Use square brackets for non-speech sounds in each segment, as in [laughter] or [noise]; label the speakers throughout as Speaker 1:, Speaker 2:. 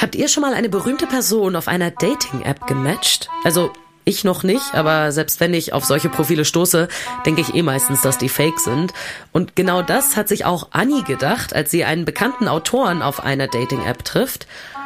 Speaker 1: Habt ihr schon mal eine berühmte Person auf einer Dating-App gematcht? Also ich noch nicht, aber selbst wenn ich auf solche Profile stoße, denke ich eh meistens, dass die fake sind. Und genau das hat sich auch Annie gedacht, als sie einen bekannten Autoren auf einer Dating-App trifft.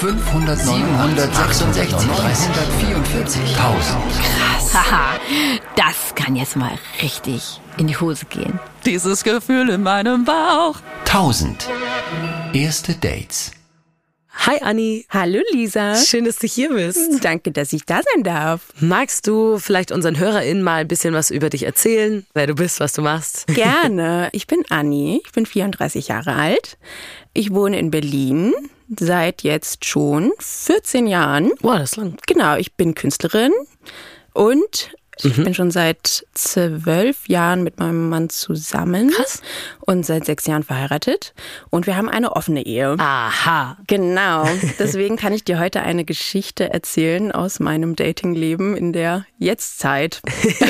Speaker 2: 500, 766, 344, 1000.
Speaker 3: [laughs] Haha, das kann jetzt mal richtig in die Hose gehen.
Speaker 4: Dieses Gefühl in meinem Bauch.
Speaker 2: 1000. Erste Dates.
Speaker 1: Hi Annie, Ah,
Speaker 5: Hallo Lisa.
Speaker 1: schön, dass du hier bist.
Speaker 5: Danke, dass ich da
Speaker 4: [laughs]
Speaker 5: sein darf.
Speaker 1: Magst du vielleicht unseren HörerInnen mal ein bisschen was über dich erzählen, wer du bist, was du machst?
Speaker 5: Gerne. Ich bin Anni, ich bin 34 Jahre alt. Ich wohne in Berlin seit jetzt schon 14 Jahren.
Speaker 1: Boah, das ist lang.
Speaker 5: Genau, ich bin Künstlerin und ich
Speaker 1: Mhm.
Speaker 5: bin schon seit zwölf Jahren mit meinem Mann zusammen und seit sechs Jahren verheiratet. Und wir haben eine offene Ehe.
Speaker 1: Aha. [laughs]
Speaker 5: Genau. Deswegen kann ich dir heute eine Geschichte erzählen aus meinem Datingleben in der Jetztzeit.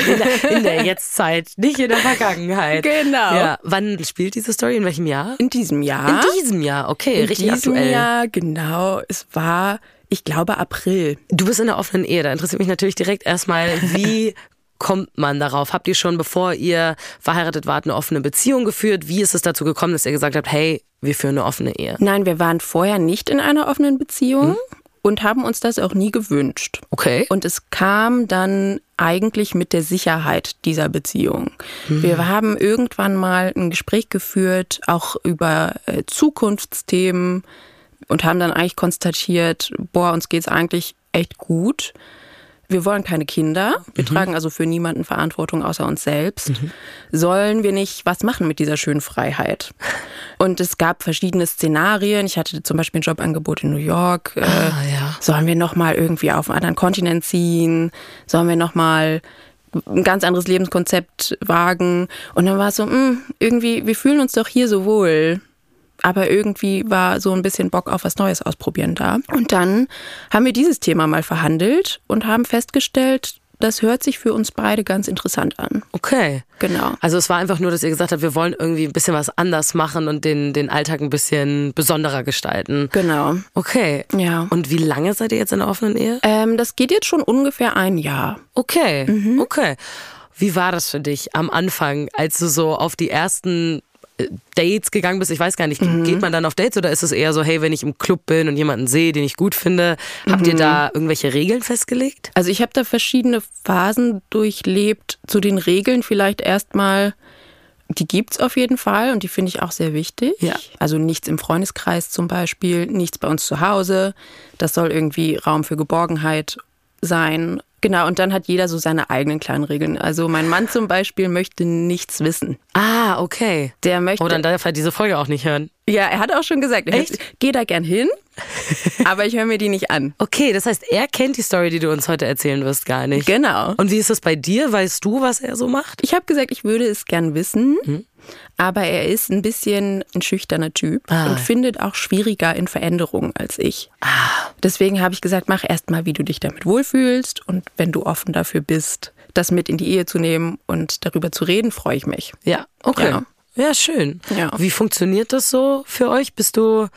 Speaker 1: In der, in der Jetztzeit, nicht in der Vergangenheit.
Speaker 5: Genau.
Speaker 1: Ja, wann spielt diese Story? In welchem Jahr?
Speaker 5: In diesem Jahr.
Speaker 1: In diesem Jahr, okay,
Speaker 5: in
Speaker 1: richtig
Speaker 5: diesem
Speaker 1: aktuell.
Speaker 5: Jahr, genau. Es war, ich glaube, April.
Speaker 1: Du bist in der offenen Ehe, da interessiert mich natürlich direkt erstmal,
Speaker 5: [laughs]
Speaker 1: wie kommt man darauf? Habt ihr schon, bevor ihr verheiratet wart, eine offene Beziehung geführt? Wie ist es dazu gekommen, dass ihr gesagt habt, hey, wir führen eine offene Ehe?
Speaker 5: Nein, wir waren vorher nicht in einer offenen Beziehung
Speaker 1: Mhm.
Speaker 5: und haben uns das auch nie gewünscht.
Speaker 1: Okay.
Speaker 5: Und es kam dann eigentlich mit der Sicherheit dieser Beziehung. Wir haben irgendwann mal ein Gespräch geführt, auch über äh, Zukunftsthemen und haben dann eigentlich konstatiert, boah, uns geht's eigentlich echt gut. Wir wollen keine Kinder. Wir tragen also für niemanden Verantwortung außer uns selbst. Sollen wir nicht was machen mit dieser schönen Freiheit? Und es gab verschiedene Szenarien. Ich hatte zum Beispiel ein Jobangebot in New York. Äh,
Speaker 1: ja.
Speaker 5: Sollen wir nochmal irgendwie auf einen anderen Kontinent ziehen? Sollen wir nochmal ein ganz anderes Lebenskonzept wagen? Und dann war es so, mh, irgendwie, wir fühlen uns doch hier so wohl. Aber irgendwie war so ein bisschen Bock auf was Neues ausprobieren da. Und dann haben wir dieses Thema mal verhandelt und haben festgestellt, das hört sich für uns beide ganz interessant an.
Speaker 1: Okay.
Speaker 5: Genau.
Speaker 1: Also es war einfach nur, dass ihr gesagt habt, wir wollen irgendwie ein bisschen was anders machen und den, den Alltag ein bisschen besonderer gestalten.
Speaker 5: Genau.
Speaker 1: Okay.
Speaker 5: Ja.
Speaker 1: Und wie lange seid ihr jetzt in der offenen Ehe?
Speaker 5: Ähm, das geht jetzt schon ungefähr ein Jahr.
Speaker 1: Okay,
Speaker 5: Mhm.
Speaker 1: okay. Wie war das für dich am Anfang, als du so auf die ersten äh, Dates gegangen bist? Ich weiß gar nicht,
Speaker 5: Mhm.
Speaker 1: geht man dann auf Dates oder ist es eher so, hey, wenn ich im Club bin und jemanden sehe, den ich gut finde, habt
Speaker 5: Mhm.
Speaker 1: ihr da irgendwelche Regeln festgelegt?
Speaker 5: Also ich habe da verschiedene Phasen durchlebt. Zu den Regeln vielleicht erstmal, die gibt's auf jeden Fall und die finde ich auch sehr wichtig.
Speaker 1: Ja.
Speaker 5: Also nichts im Freundeskreis zum Beispiel, nichts bei uns zu Hause. Das soll irgendwie Raum für Geborgenheit sein. Genau, und dann hat jeder so seine eigenen kleinen Regeln. Also mein Mann zum Beispiel möchte nichts wissen.
Speaker 1: Ah, okay.
Speaker 5: Der möchte.
Speaker 1: Oh, dann darf er diese Folge auch nicht hören. [laughs]
Speaker 5: ja, er hat auch schon gesagt, er
Speaker 1: Echt?
Speaker 5: hört- geh da gern hin, aber ich höre mir die nicht an.
Speaker 1: Okay, das heißt, er kennt die Story, die du uns heute erzählen wirst, gar nicht.
Speaker 5: Genau.
Speaker 1: Und wie ist es bei dir? Weißt du, was er so macht?
Speaker 5: Ich habe gesagt, ich würde es gern wissen,
Speaker 1: Hm?
Speaker 5: aber er ist ein bisschen ein schüchterner Typ
Speaker 1: Ah.
Speaker 5: und findet auch schwieriger in Veränderungen als ich.
Speaker 1: Ah.
Speaker 5: Deswegen habe ich gesagt, mach erst mal, wie du dich damit wohlfühlst und wenn du offen dafür bist, das mit in die Ehe zu nehmen und darüber zu reden, freue ich mich. Genau.
Speaker 1: Ja, okay. Ja.
Speaker 5: Ja.
Speaker 1: schön.
Speaker 5: Ja.
Speaker 1: Wie funktioniert das so für euch? Bist du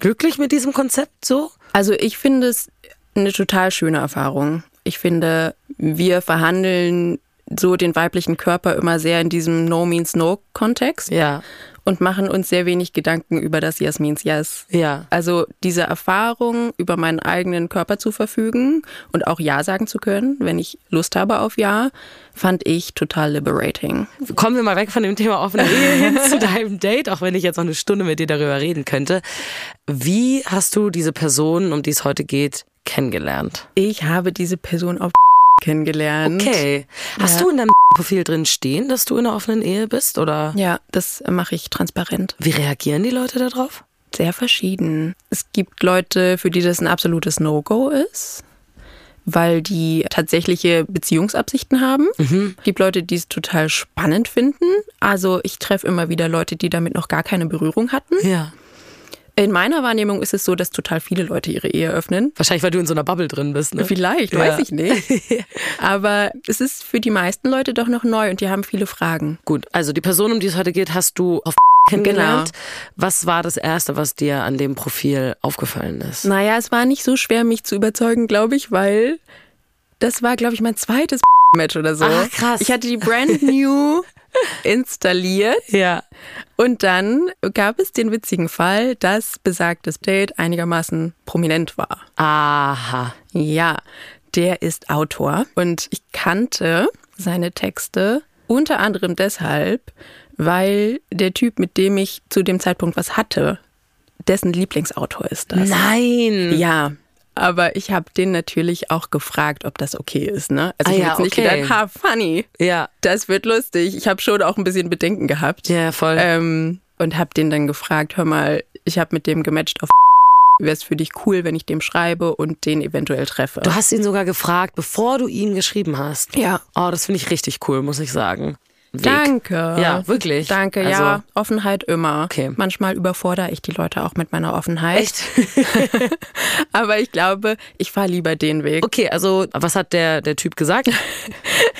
Speaker 1: glücklich mit diesem Konzept so?
Speaker 5: Also ich finde es eine total schöne Erfahrung. Ich finde, wir verhandeln so den weiblichen Körper immer sehr in diesem No means No Kontext
Speaker 1: Ja,
Speaker 5: und machen uns sehr wenig Gedanken über das Yes means Yes.
Speaker 1: ja.
Speaker 5: Also diese Erfahrung, über meinen eigenen Körper zu verfügen und auch Ja sagen zu können, wenn ich Lust habe auf Ja, fand ich total liberating.
Speaker 1: kommen wir mal weg von dem Thema offene Ehe hin
Speaker 5: [laughs]
Speaker 1: zu deinem Date, auch wenn ich jetzt noch eine Stunde mit dir darüber reden könnte. Wie hast du diese Person, um die es heute geht, kennengelernt?
Speaker 5: Ich habe diese Person auf [laughs] kennengelernt.
Speaker 1: Okay. Hast
Speaker 5: Ja.
Speaker 1: du in deinem Profil drin stehen, dass du in einer offenen Ehe bist? Oder
Speaker 5: Ja, das mache ich transparent.
Speaker 1: wie reagieren die Leute darauf?
Speaker 5: sehr verschieden. Es gibt Leute, für die das ein absolutes No-Go ist, weil die tatsächliche Beziehungsabsichten haben. Es gibt Leute, die es total spannend finden. Also ich treffe immer wieder Leute, die damit noch gar keine Berührung hatten.
Speaker 1: Ja.
Speaker 5: In meiner Wahrnehmung ist es so, dass total viele Leute ihre Ehe öffnen.
Speaker 1: Wahrscheinlich, weil du in so einer Bubble drin bist, ne?
Speaker 5: Vielleicht,
Speaker 1: Ja.
Speaker 5: weiß
Speaker 1: [laughs]
Speaker 5: ich nicht. Aber es ist für die meisten Leute doch noch neu und die haben viele Fragen.
Speaker 1: Gut, also die Person, um die es heute geht, hast du auf [laughs] kennengelernt.
Speaker 5: Genau.
Speaker 1: Was war das Erste, was dir an dem Profil aufgefallen ist?
Speaker 5: Naja, es war nicht so schwer, mich zu überzeugen, glaube ich, weil das war, glaube ich, mein zweites [laughs] Match oder so.
Speaker 1: Ach, krass.
Speaker 5: Ich hatte die
Speaker 1: [laughs]
Speaker 5: brand new installiert
Speaker 1: Ja.
Speaker 5: und dann gab es den witzigen Fall, dass besagtes Date einigermaßen prominent war.
Speaker 1: Aha.
Speaker 5: Ja, der ist Autor und ich kannte seine Texte unter anderem deshalb, weil der Typ, mit dem ich zu dem Zeitpunkt was hatte, dessen Lieblingsautor ist das.
Speaker 1: Nein.
Speaker 5: Ja, aber ich habe den natürlich auch gefragt, ob das okay ist. Ne? Also
Speaker 1: Ah
Speaker 5: ich habe
Speaker 1: ja,
Speaker 5: jetzt nicht
Speaker 1: okay.
Speaker 5: gedacht, ha, funny,
Speaker 1: Ja.
Speaker 5: das wird lustig. Ich habe schon auch ein bisschen Bedenken gehabt
Speaker 1: Ja, voll.
Speaker 5: ähm, und habe den dann gefragt, hör mal, ich habe mit dem gematcht auf wäre es für dich cool, wenn ich dem schreibe und den eventuell treffe.
Speaker 1: Du hast ihn sogar gefragt, bevor du ihm geschrieben hast.
Speaker 5: Ja.
Speaker 1: Oh, das finde ich richtig cool, muss ich sagen. Weg.
Speaker 5: Danke.
Speaker 1: Ja, wirklich.
Speaker 5: Danke, ja.
Speaker 1: Also-
Speaker 5: Offenheit immer.
Speaker 1: Okay.
Speaker 5: Manchmal überfordere ich die Leute auch mit meiner Offenheit.
Speaker 1: Echt?
Speaker 5: [laughs] Aber ich glaube, ich fahre lieber den Weg.
Speaker 1: Okay, also was hat der, der Typ
Speaker 5: [laughs]
Speaker 1: gesagt?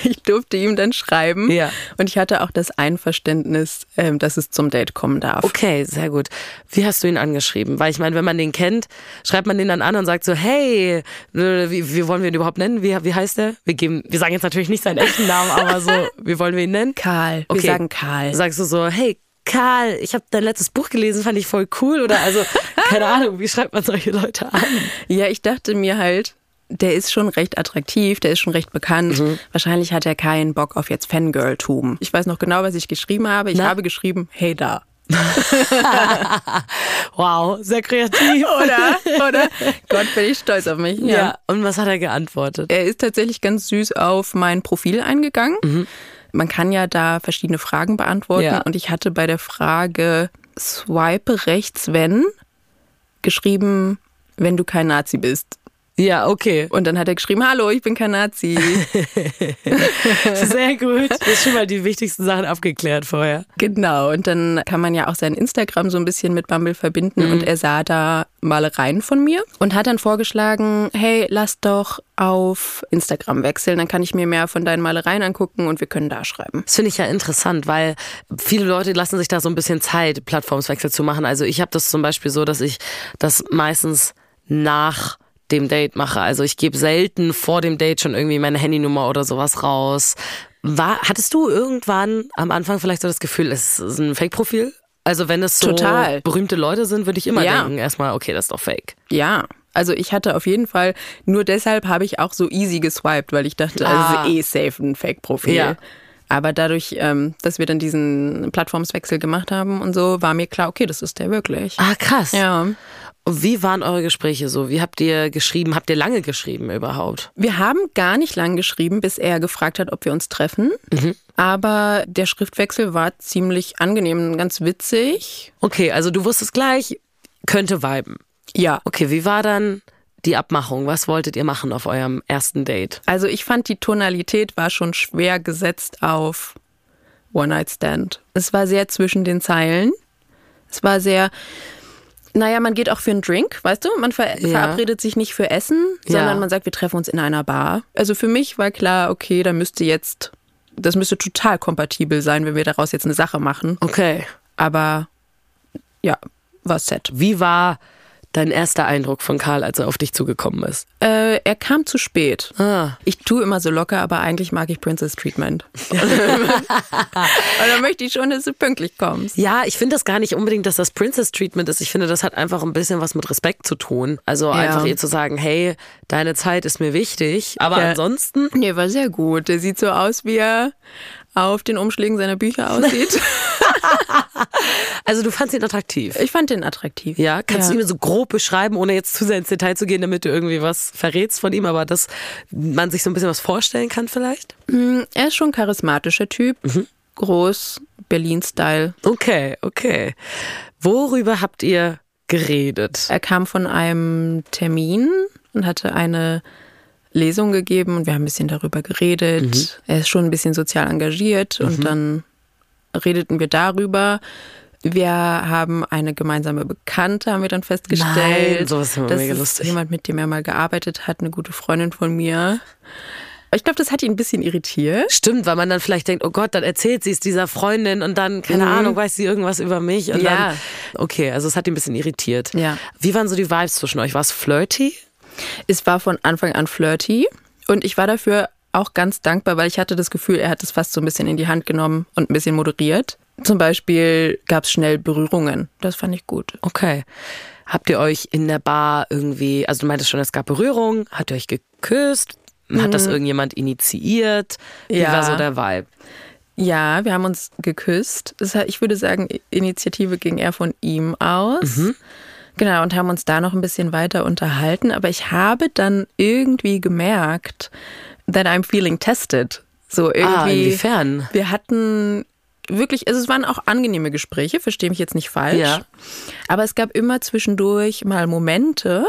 Speaker 5: Ich durfte ihm dann schreiben.
Speaker 1: Ja.
Speaker 5: Und ich hatte auch das Einverständnis, ähm, dass es zum Date kommen darf.
Speaker 1: Okay, sehr gut. Wie hast du ihn angeschrieben? Weil ich meine, wenn man den kennt, schreibt man den dann an und sagt so, hey, äh, wie, wie wollen wir ihn überhaupt nennen? Wie, wie heißt der? Wir geben, wir sagen jetzt natürlich nicht seinen echten Namen, aber so, wie wollen wir ihn nennen?
Speaker 5: Karl. Wir
Speaker 1: Okay.
Speaker 5: sagen Karl.
Speaker 1: Sagst du so, hey, Karl, ich habe dein letztes Buch gelesen, fand ich voll cool. Oder also, keine Ahnung, wie schreibt man solche Leute an?
Speaker 5: Ja, ich dachte mir halt, der ist schon recht attraktiv, der ist schon recht bekannt.
Speaker 1: Mhm.
Speaker 5: Wahrscheinlich hat er keinen Bock auf jetzt Fangirl-Tum. Ich weiß noch genau, was ich geschrieben habe. Ich
Speaker 1: Na?
Speaker 5: habe geschrieben, hey da.
Speaker 1: Wow, sehr kreativ.
Speaker 5: [laughs] Oder? Oder? Gott, bin ich stolz auf mich.
Speaker 1: Ja. Und was hat er geantwortet?
Speaker 5: Er ist tatsächlich ganz süß auf mein Profil eingegangen. Man kann ja da verschiedene Fragen beantworten.
Speaker 1: Ja.
Speaker 5: Und ich hatte bei der Frage Swipe rechts, wenn geschrieben, wenn du kein Nazi bist.
Speaker 1: Ja, okay.
Speaker 5: Und dann hat er geschrieben, hallo, ich bin kein Nazi.
Speaker 1: Sehr gut. Das ist schon mal die wichtigsten Sachen abgeklärt vorher.
Speaker 5: genau. Und dann kann man ja auch sein Instagram so ein bisschen mit Bumble verbinden. Und er sah da Malereien von mir und hat dann vorgeschlagen, hey, lass doch auf Instagram wechseln. Dann kann ich mir mehr von deinen Malereien angucken und wir können da schreiben.
Speaker 1: Das finde ich ja interessant, weil viele Leute lassen sich da so ein bisschen Zeit, Plattformswechsel zu machen. Also ich habe das zum Beispiel so, dass ich das meistens nach dem Date mache. Also ich gebe selten vor dem Date schon irgendwie meine Handynummer oder sowas raus. War, hattest du irgendwann am Anfang vielleicht so das Gefühl, es ist ein Fake-Profil? Also wenn es so
Speaker 5: Total.
Speaker 1: berühmte Leute sind, würde ich immer
Speaker 5: Ja.
Speaker 1: denken, erstmal, okay, das ist doch fake.
Speaker 5: Ja, also ich hatte auf jeden Fall, nur deshalb habe ich auch so easy geswiped, weil ich dachte,
Speaker 1: Ah.
Speaker 5: also eh safe ein Fake-Profil.
Speaker 1: Ja.
Speaker 5: Aber dadurch, ähm, dass wir dann diesen Plattformswechsel gemacht haben und so, war mir klar, okay, das ist der wirklich.
Speaker 1: Ah, krass.
Speaker 5: Ja.
Speaker 1: Wie waren eure Gespräche so? Wie habt ihr geschrieben? Habt ihr lange geschrieben überhaupt?
Speaker 5: Wir haben gar nicht lang geschrieben, bis er gefragt hat, ob wir uns treffen.
Speaker 1: Mhm.
Speaker 5: Aber der Schriftwechsel war ziemlich angenehm, ganz witzig.
Speaker 1: Okay, also du wusstest gleich, könnte viben.
Speaker 5: Ja.
Speaker 1: Okay, wie war dann die Abmachung? Was wolltet ihr machen auf eurem ersten Date?
Speaker 5: Also ich fand die Tonalität war schon schwer gesetzt auf One Night Stand. Es war sehr zwischen den Zeilen. Es war sehr, naja, man geht auch für einen Drink, weißt du? Man ver
Speaker 1: Ja.
Speaker 5: verabredet sich nicht für Essen,
Speaker 1: Ja.
Speaker 5: sondern man sagt, wir treffen uns in einer Bar. Also für mich war klar, okay, da müsste jetzt, das müsste total kompatibel sein, wenn wir daraus jetzt eine Sache machen.
Speaker 1: Okay.
Speaker 5: Aber ja, war set.
Speaker 1: Wie war dein erster Eindruck von Karl, als er auf dich zugekommen ist?
Speaker 5: Äh, er kam zu spät.
Speaker 1: Ah.
Speaker 5: Ich tue immer so locker, aber eigentlich mag ich Princess
Speaker 1: [laughs]
Speaker 5: Treatment. Und dann möchte ich schon, dass du pünktlich kommst.
Speaker 1: Ja, ich finde das gar nicht unbedingt, dass das Princess Treatment ist. Ich finde, das hat einfach ein bisschen was mit Respekt zu tun. Also einfach ihr zu sagen, hey, deine Zeit ist mir wichtig. Aber
Speaker 5: Ja.
Speaker 1: ansonsten,
Speaker 5: Nee, war sehr gut. Der sieht so aus, wie er auf den Umschlägen seiner Bücher
Speaker 1: [laughs]
Speaker 5: aussieht.
Speaker 1: also du fandst ihn attraktiv.
Speaker 5: ich fand den attraktiv.
Speaker 1: Ja, kannst
Speaker 5: Ja.
Speaker 1: du ihn so grob beschreiben, ohne jetzt zu sehr ins Detail zu gehen, damit du irgendwie was verrätst von ihm, aber dass man sich so ein bisschen was vorstellen kann vielleicht?
Speaker 5: Er ist schon ein charismatischer Typ.
Speaker 1: Mhm.
Speaker 5: Groß, Berlin-Style.
Speaker 1: Okay, okay. Worüber habt ihr geredet.
Speaker 5: Er kam von einem Termin und hatte eine Lesung gegeben und wir haben ein bisschen darüber geredet.
Speaker 1: Mhm.
Speaker 5: Er ist schon ein bisschen sozial engagiert und dann redeten wir darüber. Wir haben eine gemeinsame Bekannte, haben wir dann festgestellt.
Speaker 1: Nein, sowas ist immer
Speaker 5: das
Speaker 1: mega
Speaker 5: ist
Speaker 1: lustig.
Speaker 5: jemand, mit dem er mal gearbeitet hat, eine gute Freundin von mir. Ich glaube, das hat ihn ein bisschen irritiert.
Speaker 1: Stimmt, weil man dann vielleicht denkt, oh Gott, dann erzählt sie es dieser Freundin und dann, keine Ahnung, weiß sie irgendwas über mich. Und
Speaker 5: Mhm. Ja.
Speaker 1: dann, okay, also es hat ihn ein bisschen irritiert.
Speaker 5: Ja.
Speaker 1: Wie waren so die Vibes zwischen euch? War es flirty?
Speaker 5: Es war von Anfang an flirty und ich war dafür auch ganz dankbar, weil ich hatte das Gefühl, er hat es fast so ein bisschen in die Hand genommen und ein bisschen moderiert. Zum Beispiel gab es schnell Berührungen. Das fand ich gut.
Speaker 1: Okay. Habt ihr euch in der Bar irgendwie, also du meintest schon, es gab Berührung, habt ihr euch geküsst? Hat das irgendjemand initiiert? Wie
Speaker 5: Mhm. Ja.
Speaker 1: war so der Vibe?
Speaker 5: Ja, wir haben uns geküsst. Das hat- Ich würde sagen, Initiative ging eher von ihm aus.
Speaker 1: Mhm.
Speaker 5: Genau, und haben uns da noch ein bisschen weiter unterhalten. Aber ich habe dann irgendwie gemerkt, that I'm feeling tested. So irgendwie.
Speaker 1: Ah, inwiefern?
Speaker 5: Wir hatten wirklich, also es waren auch angenehme Gespräche, verstehe mich jetzt nicht falsch.
Speaker 1: Ja.
Speaker 5: Aber es gab immer zwischendurch mal Momente,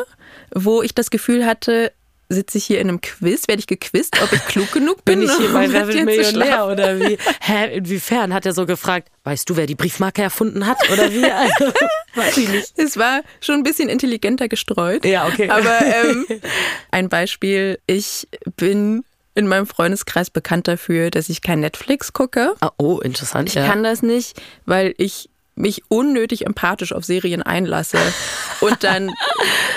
Speaker 5: wo ich das Gefühl hatte, sitze ich hier in einem Quiz, werde ich gequizt, ob ich klug genug bin,
Speaker 1: Bin ich hier
Speaker 5: um
Speaker 1: bei
Speaker 5: mit
Speaker 1: Wer
Speaker 5: dir
Speaker 1: wird
Speaker 5: zu
Speaker 1: Millionär
Speaker 5: schlafen.
Speaker 1: oder wie? Hä, inwiefern hat er so gefragt, weißt du, wer die Briefmarke erfunden hat oder [laughs] wie? Also, weiß ich nicht.
Speaker 5: Es war schon ein bisschen intelligenter gestreut.
Speaker 1: Ja, okay.
Speaker 5: Aber
Speaker 1: [laughs]
Speaker 5: ähm, ein Beispiel, ich bin in meinem Freundeskreis bekannt dafür, dass ich kein Netflix gucke.
Speaker 1: Ah, oh, interessant.
Speaker 5: Ich
Speaker 1: ja.
Speaker 5: kann das nicht, weil ich mich unnötig empathisch auf Serien einlasse und dann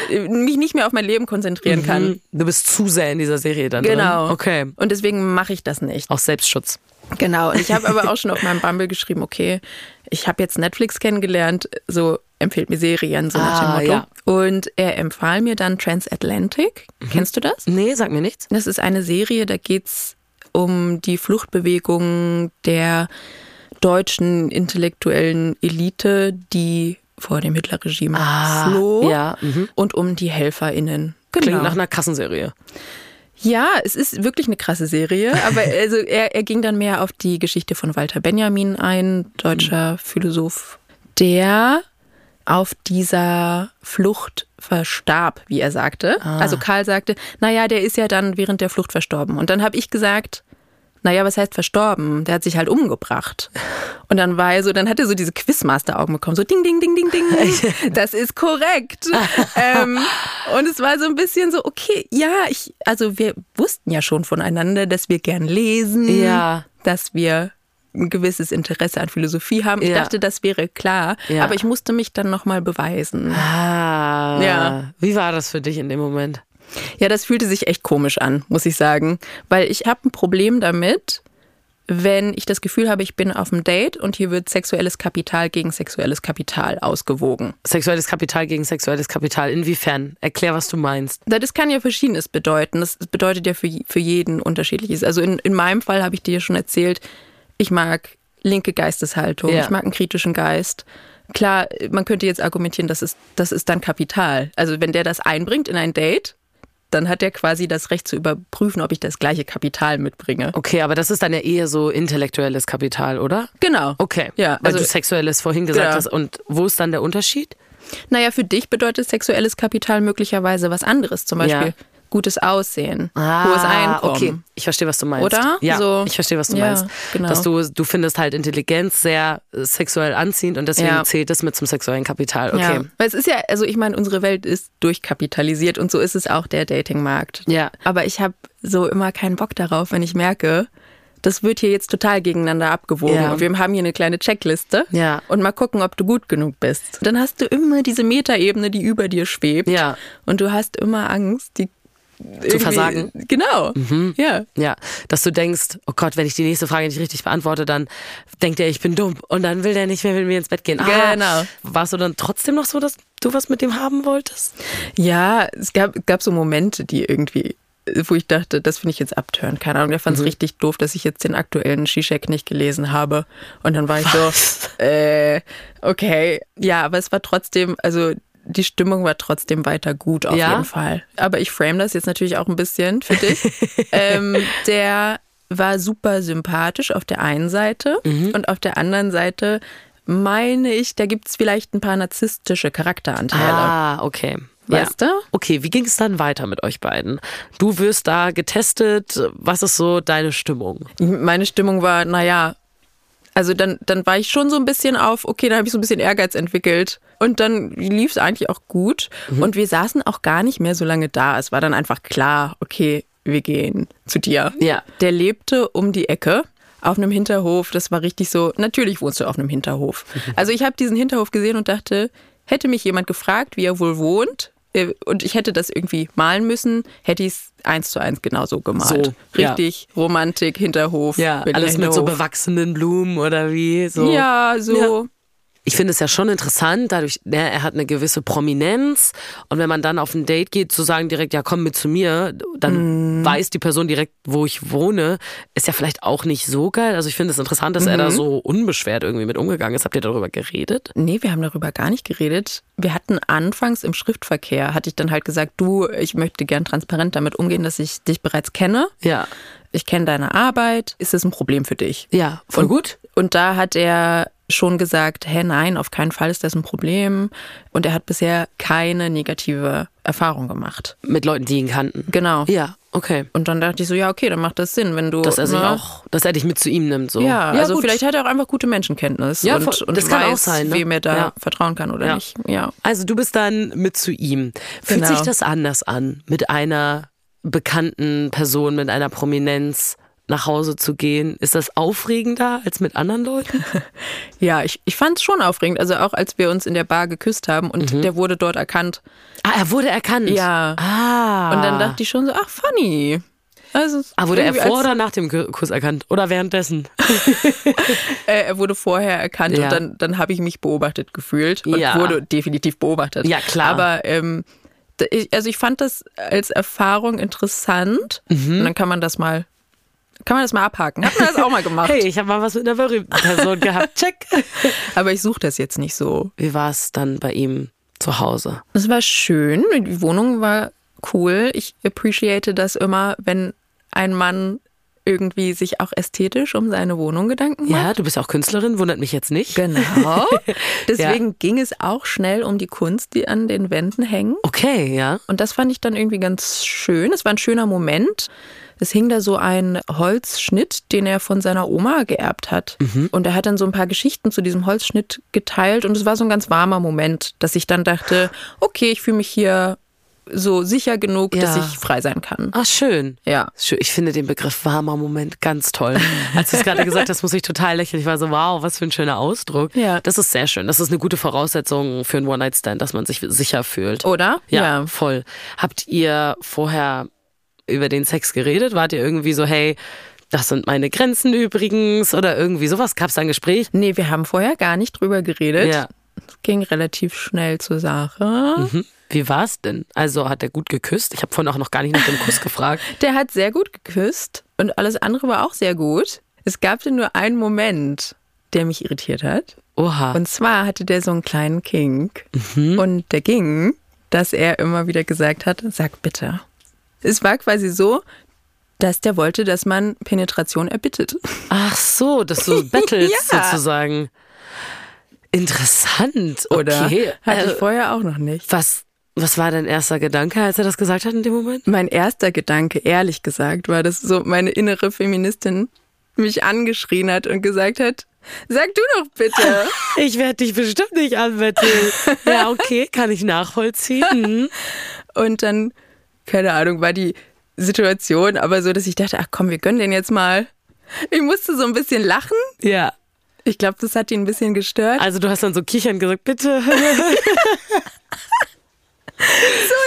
Speaker 5: äh, mich nicht mehr auf mein Leben konzentrieren kann.
Speaker 1: Mhm. Du bist zu sehr in dieser Serie dann.
Speaker 5: Genau.
Speaker 1: Drin. Okay.
Speaker 5: Und deswegen mache ich das nicht.
Speaker 1: Auch Selbstschutz.
Speaker 5: Genau, und ich habe aber auch schon auf meinem Bumble geschrieben, okay, ich habe jetzt Netflix kennengelernt, so empfiehlt mir Serien, so nach dem
Speaker 1: Ah,
Speaker 5: Motto.
Speaker 1: ja.
Speaker 5: Und er empfahl mir dann Transatlantic.
Speaker 1: Mhm.
Speaker 5: Kennst du das?
Speaker 1: Nee, sag mir nichts.
Speaker 5: Das ist eine Serie, da geht's um die Fluchtbewegung der deutschen intellektuellen Elite, die vor dem Hitlerregime
Speaker 1: Ah,
Speaker 5: floh
Speaker 1: ja, mhm.
Speaker 5: und um die HelferInnen. Genau.
Speaker 1: Klingt nach einer Kassenserie.
Speaker 5: Ja, es ist wirklich eine krasse Serie,
Speaker 1: [laughs]
Speaker 5: aber also er, er ging dann mehr auf die Geschichte von Walter Benjamin ein, deutscher
Speaker 1: Mhm.
Speaker 5: Philosoph, der auf dieser Flucht verstarb, wie er sagte. Also Karl sagte, naja, der ist ja dann während der Flucht verstorben. Und dann habe ich gesagt, naja, was heißt verstorben? Der hat sich halt umgebracht. Und dann war er so, dann hat er so diese Quizmaster-Augen bekommen, so ding, ding, ding, ding, ding. Das ist korrekt. ähm, und es war so ein bisschen so, okay, ja, ich, also wir wussten ja schon voneinander, dass wir gern lesen,
Speaker 1: Mhm. Ja.
Speaker 5: dass wir ein gewisses Interesse an Philosophie haben. Ich
Speaker 1: Ja.
Speaker 5: dachte, das wäre klar,
Speaker 1: Ja.
Speaker 5: aber ich musste mich dann nochmal beweisen.
Speaker 1: Ah.
Speaker 5: Ja.
Speaker 1: Wie war das für dich in dem Moment?
Speaker 5: Ja, das fühlte sich echt komisch an, muss ich sagen, weil ich habe ein Problem damit, wenn ich das Gefühl habe, ich bin auf einem Date und hier wird sexuelles Kapital gegen sexuelles Kapital ausgewogen.
Speaker 1: Sexuelles Kapital gegen sexuelles Kapital. Inwiefern? Erklär, was du meinst.
Speaker 5: Na, Das kann ja verschiedenes bedeuten. Das bedeutet ja für, für jeden unterschiedliches. Also in, in meinem Fall habe ich dir ja schon erzählt, ich mag linke Geisteshaltung,
Speaker 1: Ja.
Speaker 5: ich mag einen kritischen Geist. Klar, man könnte jetzt argumentieren, das ist, das ist dann Kapital. Also wenn der das einbringt in ein Date, dann hat er quasi das Recht zu überprüfen, ob ich das gleiche Kapital mitbringe.
Speaker 1: Okay, aber das ist dann ja eher so intellektuelles Kapital, oder?
Speaker 5: Genau.
Speaker 1: Okay.
Speaker 5: Ja,
Speaker 1: Weil
Speaker 5: also-
Speaker 1: du sexuelles vorhin gesagt
Speaker 5: Ja.
Speaker 1: hast. Und wo ist dann der Unterschied?
Speaker 5: Naja, für dich bedeutet sexuelles Kapital möglicherweise was anderes. Zum Beispiel
Speaker 1: Ja. Ah,
Speaker 5: gutes Aussehen, hohes Einkommen.
Speaker 1: Okay, ich verstehe, was du meinst.
Speaker 5: Oder?
Speaker 1: Ja,
Speaker 5: So.
Speaker 1: ich verstehe, was du
Speaker 5: Ja,
Speaker 1: meinst.
Speaker 5: genau.
Speaker 1: Dass du, du findest halt Intelligenz sehr äh, sexuell anziehend und deswegen
Speaker 5: Ja.
Speaker 1: zählt das mit zum sexuellen Kapital. Okay.
Speaker 5: Ja. Weil es ist ja, also ich meine, unsere Welt ist durchkapitalisiert und so ist es auch der Datingmarkt.
Speaker 1: Ja.
Speaker 5: Aber ich habe so immer keinen Bock darauf, wenn ich merke, das wird hier jetzt total gegeneinander abgewogen
Speaker 1: Ja.
Speaker 5: und wir haben hier eine kleine Checkliste
Speaker 1: Ja.
Speaker 5: und mal gucken, ob du gut genug bist. Dann hast du immer diese Metaebene, die über dir schwebt
Speaker 1: Ja.
Speaker 5: und du hast immer Angst, die irgendwie-
Speaker 1: versagen. Mhm.
Speaker 5: Genau. Ja.
Speaker 1: Ja, dass du denkst, oh Gott, wenn ich die nächste Frage nicht richtig beantworte, dann denkt er, ich bin dumm und dann will der nicht mehr mit mir ins Bett gehen. Ah,
Speaker 5: Genau.
Speaker 1: Warst du dann trotzdem noch so, dass du was mit dem haben wolltest?
Speaker 5: Ja, es gab, gab so Momente, die irgendwie, wo ich dachte, das finde ich jetzt abtören. Keine Ahnung, der fand es
Speaker 1: Mhm.
Speaker 5: richtig doof, dass ich jetzt den aktuellen Shishak nicht gelesen habe. Und dann war ich so, äh, okay. Ja, aber es war trotzdem, also die Stimmung war trotzdem weiter gut auf
Speaker 1: Ja?
Speaker 5: jeden Fall. Aber ich frame das jetzt natürlich auch ein bisschen für
Speaker 1: [laughs]
Speaker 5: dich. ähm,
Speaker 1: Mhm.
Speaker 5: der war super sympathisch auf der einen Seite und auf der anderen Seite meine ich, da gibt's vielleicht ein paar narzisstische Charakteranteile.
Speaker 1: Ah, okay.
Speaker 5: Weißt du?
Speaker 1: Okay, wie ging es dann weiter mit euch beiden? Du wirst da getestet. Was ist so deine Stimmung?
Speaker 5: meine Stimmung war, naja, also dann, dann war ich schon so ein bisschen auf, okay, dann habe ich so ein bisschen Ehrgeiz entwickelt. Und dann lief es eigentlich auch gut. Und wir saßen auch gar nicht mehr so lange da. Es war dann einfach klar, okay, wir gehen zu dir.
Speaker 1: Ja.
Speaker 5: Der lebte um die Ecke auf einem Hinterhof. Das war richtig so, natürlich wohnst du auf einem Hinterhof. Also ich habe diesen Hinterhof gesehen und dachte, hätte mich jemand gefragt, wie er wohl wohnt, äh, und ich hätte das irgendwie malen müssen, hätte ich es eins zu eins genauso gemalt.
Speaker 1: So, ja.
Speaker 5: richtig Romantik, Hinterhof. Berliner
Speaker 1: alles mit so
Speaker 5: Hinterhof.
Speaker 1: bewachsenen Blumen oder wie? So.
Speaker 5: Ja, so.
Speaker 1: Ich finde es ja schon interessant, dadurch, ne, er hat eine gewisse Prominenz und wenn man dann auf ein Date geht, zu sagen direkt, ja komm mit zu mir,
Speaker 5: Mhm.
Speaker 1: dann weiß die Person direkt, wo ich wohne, ist ja vielleicht auch nicht so geil. Also ich finde es interessant, dass
Speaker 5: Mhm.
Speaker 1: er da so unbeschwert irgendwie mit umgegangen ist. Habt ihr darüber geredet?
Speaker 5: Nee, wir haben darüber gar nicht geredet. Wir hatten anfangs im Schriftverkehr, hatte ich dann halt gesagt, du, ich möchte gern transparent damit umgehen, dass ich dich bereits kenne.
Speaker 1: Ja.
Speaker 5: Ich kenne deine Arbeit. Ist es ein Problem für dich?
Speaker 1: Ja, voll
Speaker 5: und,
Speaker 1: gut.
Speaker 5: Und da hat er schon gesagt, hä, nein, auf keinen Fall ist das ein Problem. Und er hat bisher keine negative Erfahrung gemacht.
Speaker 1: Mit Leuten, die ihn kannten.
Speaker 5: Genau.
Speaker 1: Ja, okay.
Speaker 5: Und dann dachte ich so, ja, okay, dann macht das Sinn, wenn du.
Speaker 1: Dass er sich
Speaker 5: ne?
Speaker 1: auch, dass er dich mit zu ihm nimmt. So.
Speaker 5: Ja, also
Speaker 1: gut.
Speaker 5: vielleicht hat er auch einfach gute Menschenkenntnis
Speaker 1: Ja,
Speaker 5: und,
Speaker 1: voll-
Speaker 5: und
Speaker 1: das
Speaker 5: weiß,
Speaker 1: kann auch sein, ne?
Speaker 5: wem er da
Speaker 1: Ja.
Speaker 5: vertrauen kann oder
Speaker 1: Ja.
Speaker 5: nicht. Ja.
Speaker 1: Also du bist dann mit zu ihm. Fühlt
Speaker 5: Genau.
Speaker 1: sich das anders an, mit einer bekannten Person, mit einer Prominenz nach Hause zu gehen? Ist das aufregender als mit anderen Leuten?
Speaker 5: Ja, ich, ich fand es schon aufregend. Also auch als wir uns in der Bar geküsst haben und
Speaker 1: Mhm.
Speaker 5: der wurde dort erkannt.
Speaker 1: Ah, er wurde erkannt.
Speaker 5: Ja.
Speaker 1: Ah.
Speaker 5: Und dann dachte ich schon so, ach, funny. Also,
Speaker 1: Ah, wurde er
Speaker 5: irgendwie
Speaker 1: vor oder nach dem Ku- Kuss erkannt? Oder währenddessen?
Speaker 5: Als, äh, er wurde vorher erkannt
Speaker 1: Ja.
Speaker 5: und dann, dann habe ich mich beobachtet gefühlt und
Speaker 1: Ja.
Speaker 5: wurde definitiv beobachtet.
Speaker 1: Ja, klar.
Speaker 5: Aber ähm, da- ich, also ich fand das als Erfahrung interessant.
Speaker 1: Mhm.
Speaker 5: Und dann kann man das mal, kann man das mal abhaken. Hat man das
Speaker 1: [laughs]
Speaker 5: auch mal gemacht.
Speaker 1: Hey, ich habe mal was mit einer berühmten Person gehabt. Check.
Speaker 5: Aber ich suche das jetzt nicht so.
Speaker 1: Wie war es dann bei ihm zu Hause?
Speaker 5: Es war schön, die Wohnung war cool. Ich appreciate das immer, wenn ein Mann irgendwie sich auch ästhetisch um seine Wohnung Gedanken macht.
Speaker 1: Ja, du bist auch Künstlerin, wundert mich jetzt nicht.
Speaker 5: [laughs] Genau. Deswegen
Speaker 1: Ja.
Speaker 5: ging es auch schnell um die Kunst, die an den Wänden hängen.
Speaker 1: Okay, ja.
Speaker 5: Und das fand ich dann irgendwie ganz schön. Es war ein schöner Moment. Es hing da so ein Holzschnitt, den er von seiner Oma geerbt hat.
Speaker 1: Mhm.
Speaker 5: Und er hat dann so ein paar Geschichten zu diesem Holzschnitt geteilt. Und es war so ein ganz warmer Moment, dass ich dann dachte, okay, ich fühle mich hier so sicher genug, dass
Speaker 1: Ja. Ah.
Speaker 5: ich frei sein kann.
Speaker 1: Ach, schön.
Speaker 5: Ja.
Speaker 1: Schön. Ich finde den Begriff warmer Moment ganz toll. Als du es gerade gesagt hast, muss ich total lächeln. Ich war so, wow, was für ein schöner Ausdruck.
Speaker 5: Ja.
Speaker 1: Das ist sehr schön. Das ist eine gute Voraussetzung für einen One-Night-Stand, dass man sich sicher fühlt.
Speaker 5: Oder?
Speaker 1: Ja,
Speaker 5: Oh, Ja.
Speaker 1: voll. Habt ihr vorher über den Sex geredet? Wart ihr irgendwie so, hey, das sind meine Grenzen übrigens oder irgendwie sowas? Gab es da ein Gespräch?
Speaker 5: Nee, wir haben vorher gar nicht drüber geredet.
Speaker 1: Ja.
Speaker 5: Es ging relativ schnell zur Sache.
Speaker 1: Hm? Wie war's denn? Also hat er gut geküsst? Ich habe vorhin auch noch gar nicht nach dem Kuss
Speaker 5: [laughs]
Speaker 1: gefragt.
Speaker 5: Der hat sehr gut geküsst und alles andere war auch sehr gut. Es gab denn nur einen Moment, der mich irritiert hat.
Speaker 1: Oha.
Speaker 5: Und zwar hatte der so einen kleinen Kink. Und der ging, dass er immer wieder gesagt hat, sag bitte. Es war quasi so, dass der wollte, dass man Penetration erbittet. [laughs]
Speaker 1: Ach so, dass [laughs] du battles
Speaker 5: Ja.
Speaker 1: sozusagen. Interessant,
Speaker 5: Oder
Speaker 1: okay.
Speaker 5: hatte ich
Speaker 1: Äh,
Speaker 5: vorher auch noch nicht.
Speaker 1: was, was war dein erster Gedanke, als er das gesagt hat in dem Moment?
Speaker 5: Mein erster Gedanke, ehrlich gesagt, war, dass so meine innere Feministin mich angeschrien hat und gesagt hat, sag du doch bitte.
Speaker 1: Ich werde dich bestimmt nicht anbetteln. [laughs] ja, okay, kann ich nachvollziehen. Mhm.
Speaker 5: Und dann, keine Ahnung, war die Situation aber so, dass ich dachte, ach komm, wir gönnen den jetzt mal. Ich musste so ein bisschen lachen.
Speaker 1: Ja.
Speaker 5: Ich glaube, das hat ihn ein bisschen gestört.
Speaker 1: Also du hast dann so kichernd gesagt, [laughs] bitte.
Speaker 5: So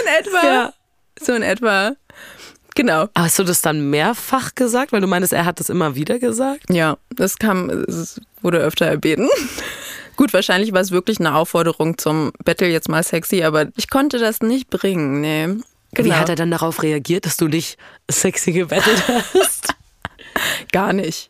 Speaker 5: in etwa.
Speaker 1: Ja.
Speaker 5: So in etwa. Genau.
Speaker 1: Hast du das dann mehrfach gesagt? Weil du meinst, er hat das immer wieder gesagt?
Speaker 5: Ja, das kam, es wurde öfter erbeten. [laughs] Gut, wahrscheinlich war es wirklich eine Aufforderung zum Battle jetzt mal sexy, aber ich konnte das nicht bringen, nee. Genau.
Speaker 1: Wie hat er dann darauf reagiert, dass du dich sexy gebettelt hast?
Speaker 5: Gar nicht.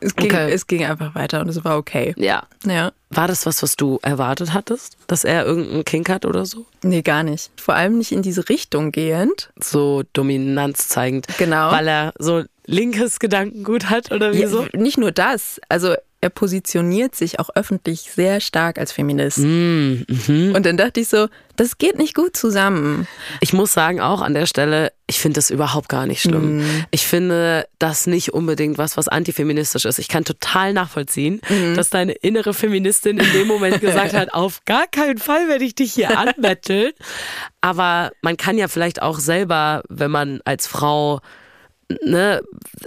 Speaker 5: Es ging,
Speaker 1: Okay.
Speaker 5: es ging einfach weiter und es war okay.
Speaker 1: ja.
Speaker 5: Ja.
Speaker 1: War das was, was du erwartet hattest? Dass er irgendeinen Kink hat oder so?
Speaker 5: Nee, gar nicht. Vor allem nicht in diese Richtung gehend.
Speaker 1: so Dominanz zeigend.
Speaker 5: Genau.
Speaker 1: Weil er so linkes Gedankengut hat oder wieso?
Speaker 5: Ja, nicht nur das. Also er positioniert sich auch öffentlich sehr stark als Feminist.
Speaker 1: Mm, mhm.
Speaker 5: Und dann dachte ich so, das geht nicht gut zusammen.
Speaker 1: Ich muss sagen, auch an der Stelle, ich finde das überhaupt gar nicht schlimm.
Speaker 5: Mhm.
Speaker 1: Ich finde das nicht unbedingt was, was antifeministisch ist. Ich kann total nachvollziehen,
Speaker 5: Mhm.
Speaker 1: dass deine innere Feministin in dem Moment gesagt
Speaker 5: [laughs]
Speaker 1: hat, auf gar keinen Fall werde ich dich hier anbetteln. Aber man kann ja vielleicht auch selber, wenn man als Frau, ne,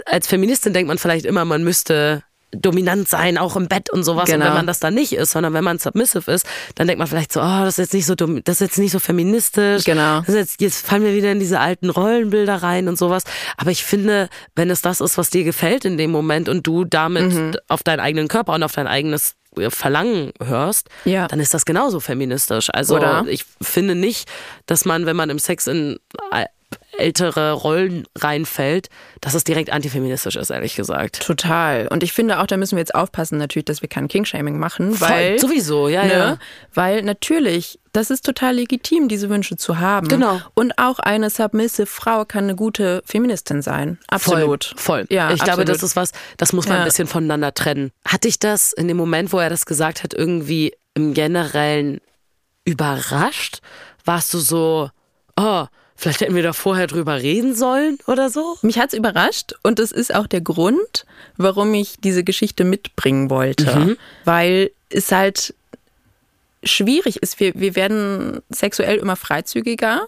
Speaker 1: als Feministin denkt man vielleicht immer, man müsste dominant sein, auch im Bett und sowas. Und
Speaker 5: Genau.
Speaker 1: wenn man das dann nicht ist, sondern wenn man submissive ist, dann denkt man vielleicht so, oh, das ist jetzt nicht so dumm, das ist jetzt nicht so feministisch.
Speaker 5: Genau.
Speaker 1: Das ist Also jetzt, jetzt fallen wir wieder in diese alten Rollenbilder rein und sowas. Aber ich finde, wenn es das ist, was dir gefällt in dem Moment und du damit
Speaker 5: Mhm.
Speaker 1: auf deinen eigenen Körper und auf dein eigenes äh, Verlangen hörst,
Speaker 5: Ja.
Speaker 1: dann ist das genauso feministisch. Also
Speaker 5: Oder?
Speaker 1: ich finde nicht, dass man, wenn man im Sex in äh, ältere Rollen reinfällt, dass es direkt antifeministisch ist, ehrlich gesagt.
Speaker 5: Total. Und ich finde auch, da müssen wir jetzt aufpassen, natürlich, dass wir kein Kingshaming machen,
Speaker 1: Voll,
Speaker 5: weil.
Speaker 1: sowieso, ja,
Speaker 5: ne?
Speaker 1: ja.
Speaker 5: Weil natürlich, das ist total legitim, diese Wünsche zu haben.
Speaker 1: Genau.
Speaker 5: Und auch eine submissive Frau kann eine gute Feministin sein. Absolut.
Speaker 1: Voll.
Speaker 5: Ja,
Speaker 1: ich glaube,
Speaker 5: absolut.
Speaker 1: das ist was, das muss man
Speaker 5: Ja.
Speaker 1: ein bisschen voneinander trennen. Hat dich das in dem Moment, wo er das gesagt hat, irgendwie im Generellen überrascht? Warst du so, oh, vielleicht hätten wir da vorher drüber reden sollen oder so?
Speaker 5: Mich hat's überrascht und das ist auch der Grund, warum ich diese Geschichte mitbringen wollte.
Speaker 1: Mhm.
Speaker 5: Weil es halt schwierig ist. Wir, wir werden sexuell immer freizügiger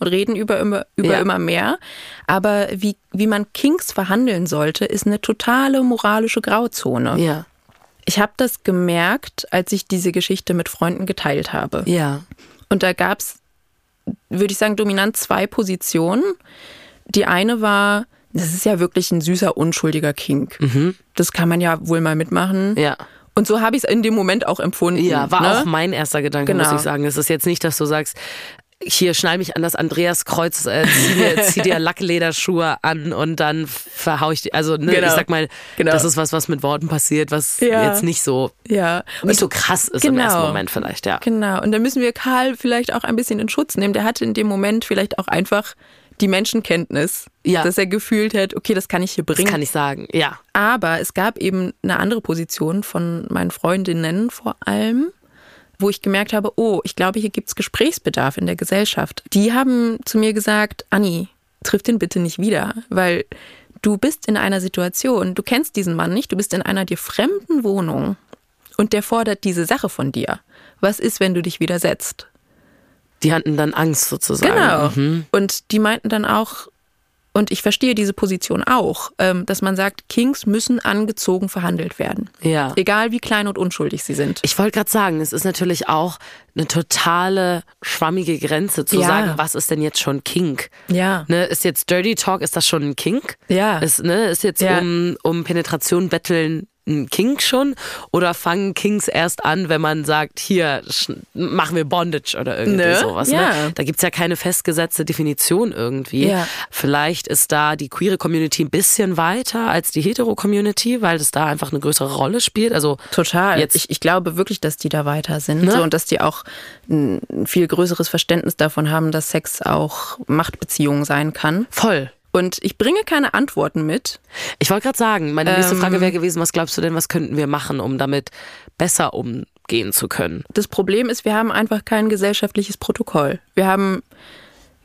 Speaker 5: und reden über, immer, über
Speaker 1: Ja.
Speaker 5: immer mehr. Aber wie, wie man Kings verhandeln sollte, ist eine totale moralische Grauzone.
Speaker 1: Ja,
Speaker 5: Ich habe das gemerkt, als ich diese Geschichte mit Freunden geteilt habe.
Speaker 1: ja.
Speaker 5: Und da gab's, würde ich sagen, dominant zwei Positionen. Die eine war, das ist ja wirklich ein süßer, unschuldiger Kink. Das kann man ja wohl mal mitmachen.
Speaker 1: Mhm. Ja.
Speaker 5: Und so habe ich es in dem Moment auch empfunden.
Speaker 1: Ja, war
Speaker 5: ne?
Speaker 1: auch mein erster Gedanke, muss
Speaker 5: Genau.
Speaker 1: ich sagen. Es ist jetzt nicht, dass du sagst, hier schnall mich an das Andreas Kreuz, äh, zieh,
Speaker 5: [laughs]
Speaker 1: dir, zieh dir Lacklederschuhe an und dann verhau ich die. Also ne,
Speaker 5: Genau.
Speaker 1: ich sag mal,
Speaker 5: Genau.
Speaker 1: das ist was, was mit Worten passiert, was
Speaker 5: Ja.
Speaker 1: jetzt nicht so
Speaker 5: Ja.
Speaker 1: nicht so krass ist im
Speaker 5: Genau.
Speaker 1: ersten Moment vielleicht, ja.
Speaker 5: Genau. Und da müssen wir Karl vielleicht auch ein bisschen in Schutz nehmen. Der hatte in dem Moment vielleicht auch einfach die Menschenkenntnis,
Speaker 1: Ja.
Speaker 5: dass er gefühlt hat, okay, das kann ich hier
Speaker 1: Das
Speaker 5: bringen.
Speaker 1: kann ich sagen, ja.
Speaker 5: Aber es gab eben eine andere Position von meinen Freundinnen vor allem, wo ich gemerkt habe, oh, ich glaube, hier gibt's Gesprächsbedarf in der Gesellschaft. Die haben zu mir gesagt, Anni, triff den bitte nicht wieder, weil du bist in einer Situation, du kennst diesen Mann nicht, du bist in einer dir fremden Wohnung und der fordert diese Sache von dir. Was ist, wenn du dich widersetzt?
Speaker 1: Die hatten dann Angst sozusagen.
Speaker 5: Genau. Und die meinten dann auch, und ich verstehe diese Position auch, ähm, dass man sagt, Kings müssen angezogen verhandelt werden.
Speaker 1: Ja.
Speaker 5: Egal wie klein und unschuldig sie sind.
Speaker 1: Ich wollte gerade sagen, es ist natürlich auch eine totale schwammige Grenze zu
Speaker 5: Ja.
Speaker 1: sagen, was ist denn jetzt schon Kink?
Speaker 5: Ja.
Speaker 1: Ne, ist jetzt Dirty Talk, ist das schon ein Kink?
Speaker 5: Ja.
Speaker 1: Ist, ne, ist jetzt
Speaker 5: Ah. Ja.
Speaker 1: um, um Penetration betteln ein Kink schon? Oder fangen Kinks erst an, wenn man sagt, hier sch- machen wir Bondage oder irgendwie
Speaker 5: Ne?
Speaker 1: sowas?
Speaker 5: Ja.
Speaker 1: Ne? Da gibt's ja keine festgesetzte Definition irgendwie.
Speaker 5: Ja.
Speaker 1: Vielleicht ist da die queere Community ein bisschen weiter als die hetero Community, weil es da einfach eine größere Rolle spielt. Also
Speaker 5: Total.
Speaker 1: Jetzt-
Speaker 5: ich, ich glaube wirklich, dass die da weiter sind
Speaker 1: Ne?
Speaker 5: so, und dass die auch ein viel größeres Verständnis davon haben, dass Sex auch Machtbeziehung sein kann.
Speaker 1: voll.
Speaker 5: Und ich bringe keine Antworten mit.
Speaker 1: Ich wollte gerade sagen, meine nächste
Speaker 5: Ähm.
Speaker 1: Frage wäre gewesen, was glaubst du denn, was könnten wir machen, um damit besser umgehen zu können?
Speaker 5: Das Problem ist, wir haben einfach kein gesellschaftliches Protokoll. Wir haben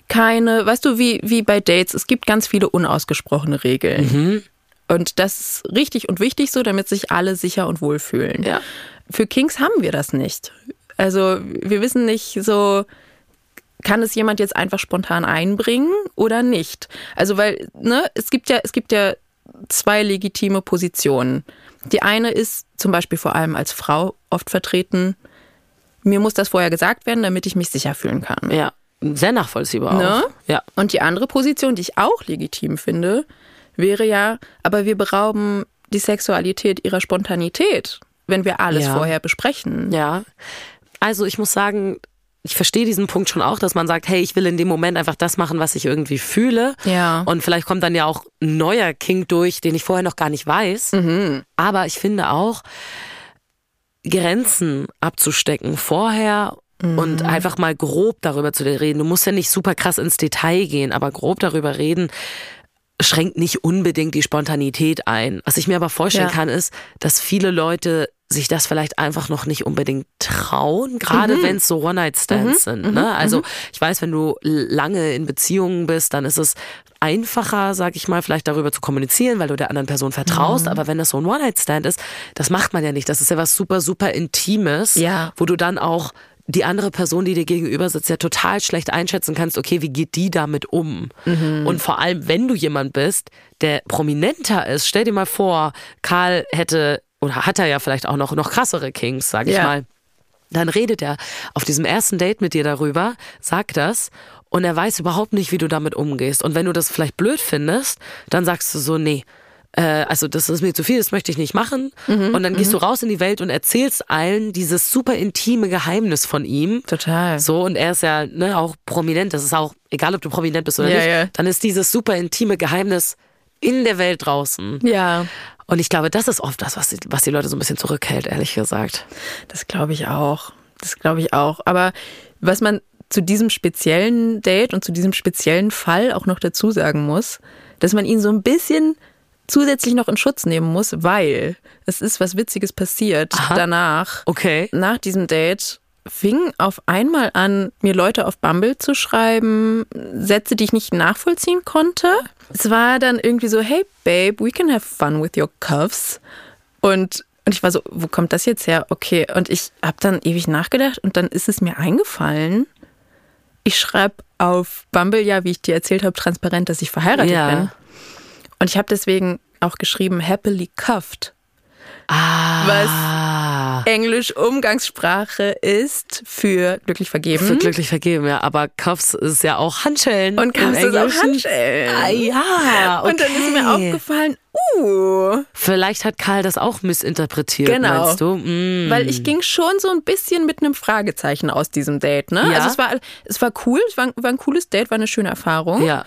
Speaker 5: keine, weißt du, wie, wie bei Dates, es gibt ganz viele unausgesprochene Regeln.
Speaker 1: Mhm.
Speaker 5: Und das ist richtig und wichtig so, damit sich alle sicher und wohl fühlen.
Speaker 1: Ja.
Speaker 5: Für Kings haben wir das nicht. Also wir wissen nicht so, kann es jemand jetzt einfach spontan einbringen oder nicht? Also weil, ne, es gibt ja, es gibt ja zwei legitime Positionen. Die eine ist zum Beispiel vor allem als Frau oft vertreten, mir muss das vorher gesagt werden, damit ich mich sicher fühlen kann.
Speaker 1: Ja, sehr nachvollziehbar
Speaker 5: Ne?
Speaker 1: auch. Ja.
Speaker 5: Und die andere Position, die ich auch legitim finde, wäre ja, aber wir berauben die Sexualität ihrer Spontanität, wenn wir alles
Speaker 1: Ja.
Speaker 5: vorher besprechen.
Speaker 1: Ja. Also ich muss sagen, ich verstehe diesen Punkt schon auch, dass man sagt, hey, ich will in dem Moment einfach das machen, was ich irgendwie fühle.
Speaker 5: Ja.
Speaker 1: Und vielleicht kommt dann ja auch ein neuer King durch, den ich vorher noch gar nicht weiß. Aber ich finde auch, Grenzen abzustecken vorher und einfach mal grob darüber zu reden. Du musst ja nicht super krass ins Detail gehen, aber grob darüber reden, schränkt nicht unbedingt die Spontanität ein. Was ich mir aber vorstellen
Speaker 5: Ja.
Speaker 1: kann, ist, dass viele Leute sich das vielleicht einfach noch nicht unbedingt trauen, gerade
Speaker 5: Mhm.
Speaker 1: wenn es so One-Night-Stands sind. Ne? Also ich weiß, wenn du l- lange in Beziehungen bist, dann ist es einfacher, sag ich mal, vielleicht darüber zu kommunizieren, weil du der anderen Person vertraust.
Speaker 5: Mhm.
Speaker 1: Aber wenn das so ein One-Night-Stand ist, das macht man ja nicht. Das ist ja was super, super Intimes,
Speaker 5: Ja.
Speaker 1: wo du dann auch die andere Person, die dir gegenüber sitzt, ja total schlecht einschätzen kannst, okay, wie geht die damit um? Und vor allem, wenn du jemand bist, der prominenter ist, stell dir mal vor, Karl hätte oder hat er ja vielleicht auch noch, noch krassere Kings, sag ich
Speaker 5: Ja.
Speaker 1: mal. Dann redet er auf diesem ersten Date mit dir darüber, sagt das und er weiß überhaupt nicht, wie du damit umgehst. Und wenn du das vielleicht blöd findest, dann sagst du so, nee, äh, also das ist mir zu viel, das möchte ich nicht machen.
Speaker 5: Mhm,
Speaker 1: und dann gehst du raus in die Welt und erzählst allen dieses super intime Geheimnis von ihm.
Speaker 5: Total.
Speaker 1: So, und er ist ja ne, auch prominent, das ist auch, egal ob du prominent bist oder
Speaker 5: Ja,
Speaker 1: nicht,
Speaker 5: ja.
Speaker 1: dann ist dieses super intime Geheimnis in der Welt draußen.
Speaker 5: Ja,
Speaker 1: Und ich glaube, das ist oft das, was die, was die Leute so ein bisschen zurückhält, ehrlich gesagt.
Speaker 5: das glaube ich auch. Das glaube ich auch. Aber was man zu diesem speziellen Date und zu diesem speziellen Fall auch noch dazu sagen muss, dass man ihn so ein bisschen zusätzlich noch in Schutz nehmen muss, weil es ist was Witziges passiert
Speaker 1: Aha.
Speaker 5: danach.
Speaker 1: Okay.
Speaker 5: nach diesem Date fing auf einmal an, mir Leute auf Bumble zu schreiben, Sätze, die ich nicht nachvollziehen konnte. Es war dann irgendwie so, hey Babe, we can have fun with your cuffs. Und, und ich war so, wo kommt das jetzt her? Okay, und ich habe dann ewig nachgedacht und dann ist es mir eingefallen, ich schreibe auf Bumble ja, wie ich dir erzählt habe, transparent, dass ich verheiratet
Speaker 1: Ja.
Speaker 5: bin. Und ich habe deswegen auch geschrieben, happily cuffed. Ah. Was Englisch Umgangssprache ist für glücklich vergeben.
Speaker 1: Wird glücklich vergeben, ja. Aber Cuffs ist ja auch Handschellen.
Speaker 5: Mhm. und kam
Speaker 1: im
Speaker 5: es auch
Speaker 1: Englischen.
Speaker 5: Handschellen.
Speaker 1: Ah, ja.
Speaker 5: Und dann ist mir
Speaker 1: okay.
Speaker 5: aufgefallen, uh,
Speaker 1: Vielleicht hat Karl das auch missinterpretiert,
Speaker 5: Genau.
Speaker 1: meinst du? Mm.
Speaker 5: weil ich ging schon so ein bisschen mit einem Fragezeichen aus diesem Date. Ne?
Speaker 1: Ja.
Speaker 5: Also es war, es war cool, es war, war ein cooles Date, war eine schöne Erfahrung.
Speaker 1: Ja.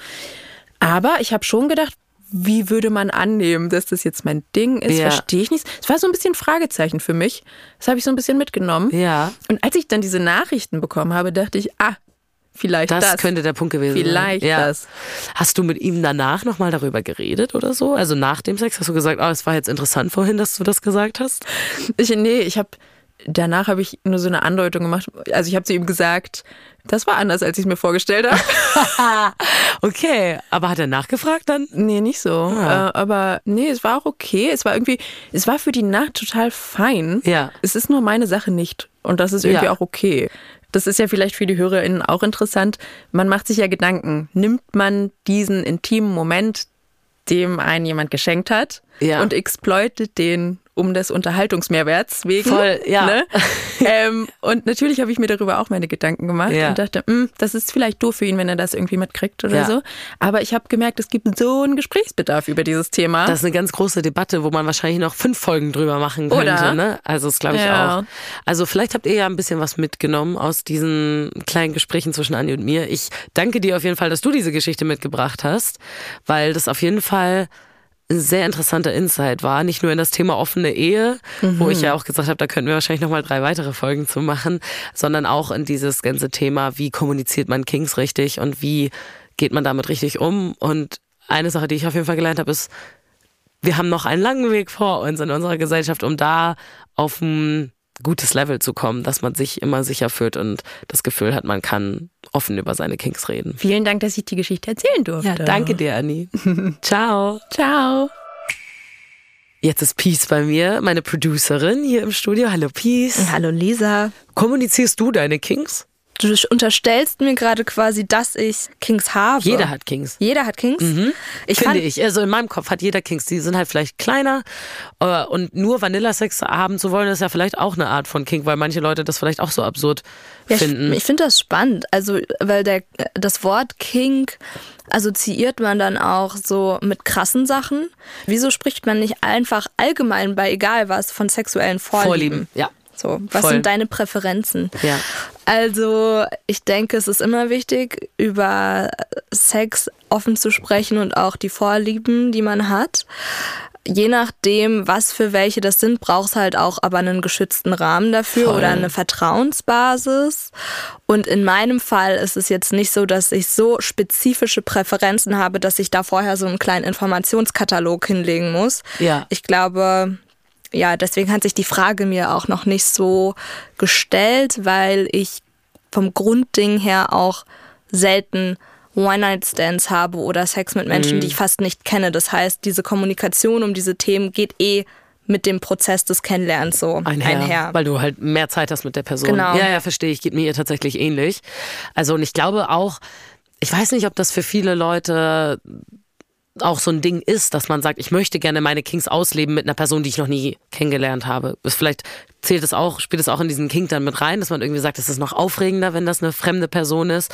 Speaker 5: Aber ich habe schon gedacht, wie würde man annehmen, dass das jetzt mein Ding ist?
Speaker 1: Ja.
Speaker 5: Verstehe ich nicht. Es war so ein bisschen Fragezeichen für mich. Das habe ich so ein bisschen mitgenommen.
Speaker 1: Ja.
Speaker 5: Und als ich dann diese Nachrichten bekommen habe, dachte ich, ah, vielleicht das.
Speaker 1: Das, könnte der Punkt gewesen
Speaker 5: Vielleicht
Speaker 1: sein. Ja.
Speaker 5: das.
Speaker 1: Hast du mit ihm danach nochmal darüber geredet oder so? Also nach dem Sex hast du gesagt, ah, es war jetzt interessant vorhin, dass du das gesagt hast?
Speaker 5: Ich, nee, ich habe danach habe ich nur so eine Andeutung gemacht. Also ich habe zu ihm gesagt, das war anders, als ich es mir vorgestellt habe.
Speaker 1: Okay, aber hat er nachgefragt dann?
Speaker 5: Nee, nicht so.
Speaker 1: Ah.
Speaker 5: Äh, aber nee, es war auch okay. Es war irgendwie, es war für die Nacht total fein.
Speaker 1: Ja.
Speaker 5: Es ist nur meine Sache nicht. Und das ist irgendwie
Speaker 1: Ja.
Speaker 5: auch okay. Das ist ja vielleicht für die HörerInnen auch interessant. Man macht sich ja Gedanken. Nimmt man diesen intimen Moment, dem einen jemand geschenkt hat,
Speaker 1: Ja.
Speaker 5: und exploitet den um des Unterhaltungsmehrwerts wegen.
Speaker 1: Voll, ja. [laughs]
Speaker 5: Ne? ähm, und natürlich habe ich mir darüber auch meine Gedanken gemacht
Speaker 1: Ja.
Speaker 5: und dachte, "Hm, das ist vielleicht doof für ihn, wenn er das irgendwie mitkriegt oder
Speaker 1: Ja.
Speaker 5: so. Aber ich habe gemerkt, es gibt so einen Gesprächsbedarf über dieses Thema.
Speaker 1: Das ist eine ganz große Debatte, wo man wahrscheinlich noch fünf Folgen drüber machen könnte.
Speaker 5: Oder?
Speaker 1: Ne? Also das glaube ich
Speaker 5: Ja.
Speaker 1: auch. Also vielleicht habt ihr ja ein bisschen was mitgenommen aus diesen kleinen Gesprächen zwischen Anni und mir. Ich danke dir auf jeden Fall, dass du diese Geschichte mitgebracht hast, weil das auf jeden Fall ein sehr interessanter Insight war, nicht nur in das Thema offene Ehe, wo ich
Speaker 5: Mhm.
Speaker 1: ja auch gesagt habe, da könnten wir wahrscheinlich nochmal drei weitere Folgen zu machen, sondern auch in dieses ganze Thema, wie kommuniziert man Kings richtig und wie geht man damit richtig um. Und eine Sache, die ich auf jeden Fall gelernt habe, ist, wir haben noch einen langen Weg vor uns in unserer Gesellschaft, um da auf ein gutes Level zu kommen, dass man sich immer sicher fühlt und das Gefühl hat, man kann offen über seine Kings reden.
Speaker 5: Vielen Dank, dass ich die Geschichte erzählen durfte.
Speaker 1: Danke dir, Anni. [laughs] Ciao.
Speaker 5: Ciao.
Speaker 1: Jetzt ist Peace bei mir, meine Producerin hier im Studio. Hallo Peace.
Speaker 6: Hallo Lisa.
Speaker 1: Kommunizierst du deine Kings?
Speaker 6: Du unterstellst mir gerade quasi, dass ich Kings habe.
Speaker 1: Jeder hat Kings.
Speaker 6: Jeder hat Kings. Ich
Speaker 1: Finde
Speaker 6: fand,
Speaker 1: ich. Also in meinem Kopf hat jeder Kings. Die sind halt vielleicht kleiner. äh, Und nur Vanillasex haben zu wollen, ist ja vielleicht auch eine Art von King, weil manche Leute das vielleicht auch so absurd
Speaker 6: ja, ich,
Speaker 1: finden.
Speaker 6: ich finde das spannend. Also, weil der, das Wort King assoziiert man dann auch so mit krassen Sachen. Wieso spricht man nicht einfach allgemein bei egal was von sexuellen Vorlieben?
Speaker 1: Vorlieben. Ja.
Speaker 6: So, was
Speaker 1: Voll.
Speaker 6: sind deine Präferenzen?
Speaker 1: Ja.
Speaker 6: Also, ich denke, es ist immer wichtig, über Sex offen zu sprechen und auch die Vorlieben, die man hat. Je nachdem, was für welche das sind, braucht es halt auch aber einen geschützten Rahmen dafür oder eine Vertrauensbasis. Und in meinem Fall ist es jetzt nicht so, dass ich so spezifische Präferenzen habe, dass ich da vorher so einen kleinen Informationskatalog hinlegen muss.
Speaker 3: Ja.
Speaker 6: Ich glaube, ja, deswegen hat sich die Frage mir auch noch nicht so gestellt, weil ich vom Grundding her auch selten One-Night-Stands habe oder Sex mit Menschen,
Speaker 1: Mhm.
Speaker 6: die ich fast nicht kenne. Das heißt, diese Kommunikation um diese Themen geht eh mit dem Prozess des Kennenlernens so
Speaker 1: einher,
Speaker 6: einher.
Speaker 1: weil du halt mehr Zeit hast mit der Person.
Speaker 6: Genau.
Speaker 1: Ja, ja, verstehe ich. Geht mir ihr tatsächlich ähnlich. Also und ich glaube auch, ich weiß nicht, ob das für viele Leute auch so ein Ding ist, dass man sagt, ich möchte gerne meine Kings ausleben mit einer Person, die ich noch nie kennengelernt habe. Das vielleicht zählt es auch, spielt es auch in diesen King dann mit rein, dass man irgendwie sagt, es ist noch aufregender, wenn das eine fremde Person ist.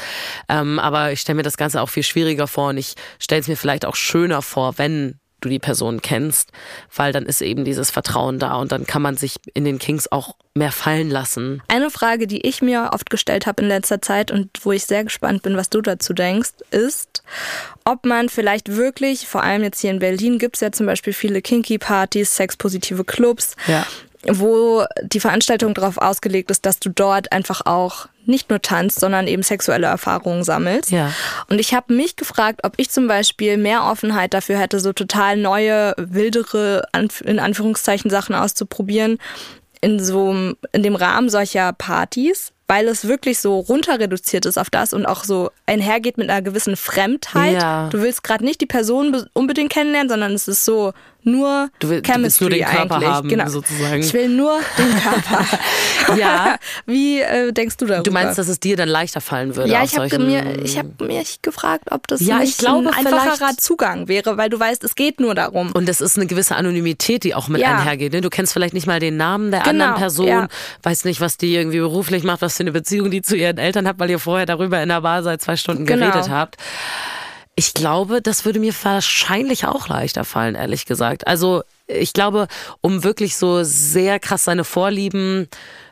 Speaker 1: Ähm, aber ich stelle mir das Ganze auch viel schwieriger vor und ich stelle es mir vielleicht auch schöner vor, wenn du die Person kennst, weil dann ist eben dieses Vertrauen da und dann kann man sich in den Kings auch mehr fallen lassen.
Speaker 6: Eine Frage, die ich mir oft gestellt habe in letzter Zeit und wo ich sehr gespannt bin, was du dazu denkst, ist, ob man vielleicht wirklich, vor allem jetzt hier in Berlin gibt es ja zum Beispiel viele Kinky-Partys, sexpositive Clubs,
Speaker 1: Ja.
Speaker 6: wo die Veranstaltung darauf ausgelegt ist, dass du dort einfach auch nicht nur tanzt, sondern eben sexuelle Erfahrungen sammelst.
Speaker 1: Ja.
Speaker 6: Und ich habe mich gefragt, ob ich zum Beispiel mehr Offenheit dafür hätte, so total neue, wildere, Anf- in Anführungszeichen, Sachen auszuprobieren, in so einem- in dem Rahmen solcher Partys, weil es wirklich so runter reduziert ist auf das und auch so einhergeht mit einer gewissen Fremdheit.
Speaker 1: Ja.
Speaker 6: Du willst gerade nicht die Person be- unbedingt kennenlernen, sondern es ist so nur
Speaker 1: Du will- du willst
Speaker 6: Chemistry
Speaker 1: nur den Körper
Speaker 6: eigentlich.
Speaker 1: haben,
Speaker 6: genau.
Speaker 1: sozusagen.
Speaker 6: Ich will nur den Körper.
Speaker 1: [laughs] Ja.
Speaker 6: Wie äh, denkst du darüber?
Speaker 1: Du meinst, dass es dir dann leichter fallen würde?
Speaker 6: ja,
Speaker 1: auf
Speaker 6: ich habe
Speaker 1: solchen-
Speaker 6: mir, ich habe mich gefragt, ob das
Speaker 1: Ja,
Speaker 6: nicht
Speaker 1: ich glaube,
Speaker 6: ein einfacherer
Speaker 1: vielleicht-
Speaker 6: Zugang wäre, weil du weißt, es geht nur darum.
Speaker 1: Und das ist eine gewisse Anonymität, die auch mit
Speaker 6: Ähm, Ja.
Speaker 1: einhergeht. Ne? Du kennst vielleicht nicht mal den Namen der
Speaker 6: Genau,
Speaker 1: anderen Person,
Speaker 6: ja.
Speaker 1: weißt nicht, was die irgendwie beruflich macht, was für eine Beziehung die zu ihren Eltern hat, weil ihr vorher darüber in der Bar seit zwei Stunden
Speaker 6: Genau.
Speaker 1: geredet habt. Ich glaube, das würde mir wahrscheinlich auch leichter fallen, ehrlich gesagt. Also ich glaube, um wirklich so sehr krass seine Vorlieben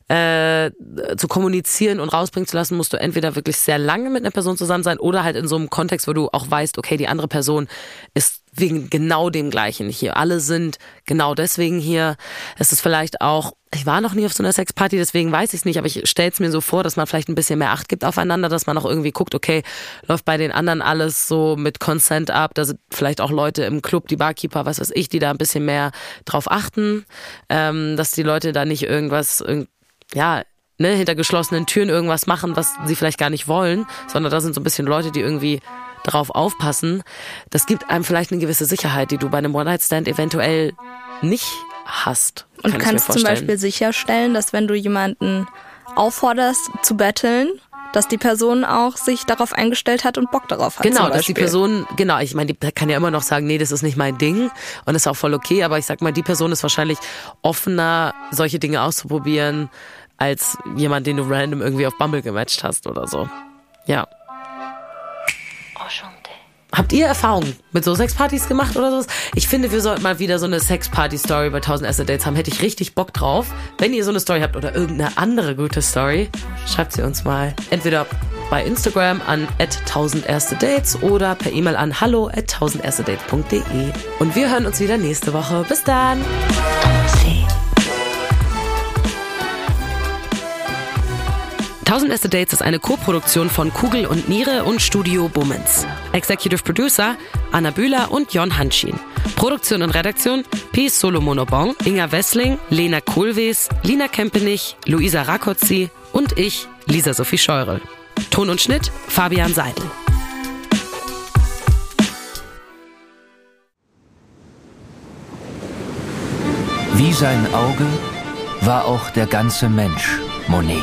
Speaker 1: äh, zu kommunizieren und rausbringen zu lassen, musst du entweder wirklich sehr lange mit einer Person zusammen sein oder halt in so einem Kontext, wo du auch weißt, okay, die andere Person ist wegen genau dem gleichen hier. Alle sind genau deswegen hier. Es ist vielleicht auch, ich war noch nie auf so einer Sexparty, deswegen weiß ich es nicht, aber ich stelle es mir so vor, dass man vielleicht ein bisschen mehr Acht gibt aufeinander, dass man auch irgendwie guckt, okay, läuft bei den anderen alles so mit Consent ab. Da sind vielleicht auch Leute im Club, die Barkeeper, was weiß ich, die da ein bisschen mehr drauf achten, ähm, dass die Leute da nicht irgendwas, irgend, ja, ne, hinter geschlossenen Türen irgendwas machen, was sie vielleicht gar nicht wollen, sondern da sind so ein bisschen Leute, die irgendwie drauf aufpassen. Das gibt einem vielleicht eine gewisse Sicherheit, die du bei einem One-Night-Stand eventuell nicht hast. kann
Speaker 6: Und
Speaker 1: ich mir
Speaker 6: kannst zum
Speaker 1: vorstellen.
Speaker 6: Beispiel sicherstellen, dass wenn du jemanden aufforderst zu betteln, dass die Person auch sich darauf eingestellt hat und Bock darauf hat.
Speaker 1: Genau,
Speaker 6: zum
Speaker 1: dass die
Speaker 6: Beispiel.
Speaker 1: Person, genau, ich meine, die kann ja immer noch sagen, nee, das ist nicht mein Ding und das ist auch voll okay, aber ich sag mal, die Person ist wahrscheinlich offener, solche Dinge auszuprobieren, als jemand, den du random irgendwie auf Bumble gematcht hast oder so. Ja. Habt ihr Erfahrungen mit so Sexpartys gemacht oder sowas? Ich finde, wir sollten mal wieder so eine Sexparty-Story bei 1000 Asset Dates haben. Hätte ich richtig Bock drauf. Wenn ihr so eine Story habt oder irgendeine andere gute Story, schreibt sie uns mal. Entweder bei Instagram an 1000 erste Dates oder per E-Mail an hallo 1000 erste Dates.de. Und wir hören uns wieder nächste Woche. Bis dann!
Speaker 3: See.
Speaker 1: 1000 Erste Dates ist eine Co-Produktion von Kugel und Niere und Studio Bummens. Executive Producer Anna Bühler und Jon Hanschin. Produktion und Redaktion P. Solomonobong, Inga Wessling, Lena Kohlwees, Lina Kempenich, Luisa Rakotzi und ich, Lisa Sophie Scheurel. Ton und Schnitt Fabian Seidel.
Speaker 2: Wie sein Auge war auch der ganze Mensch Monet.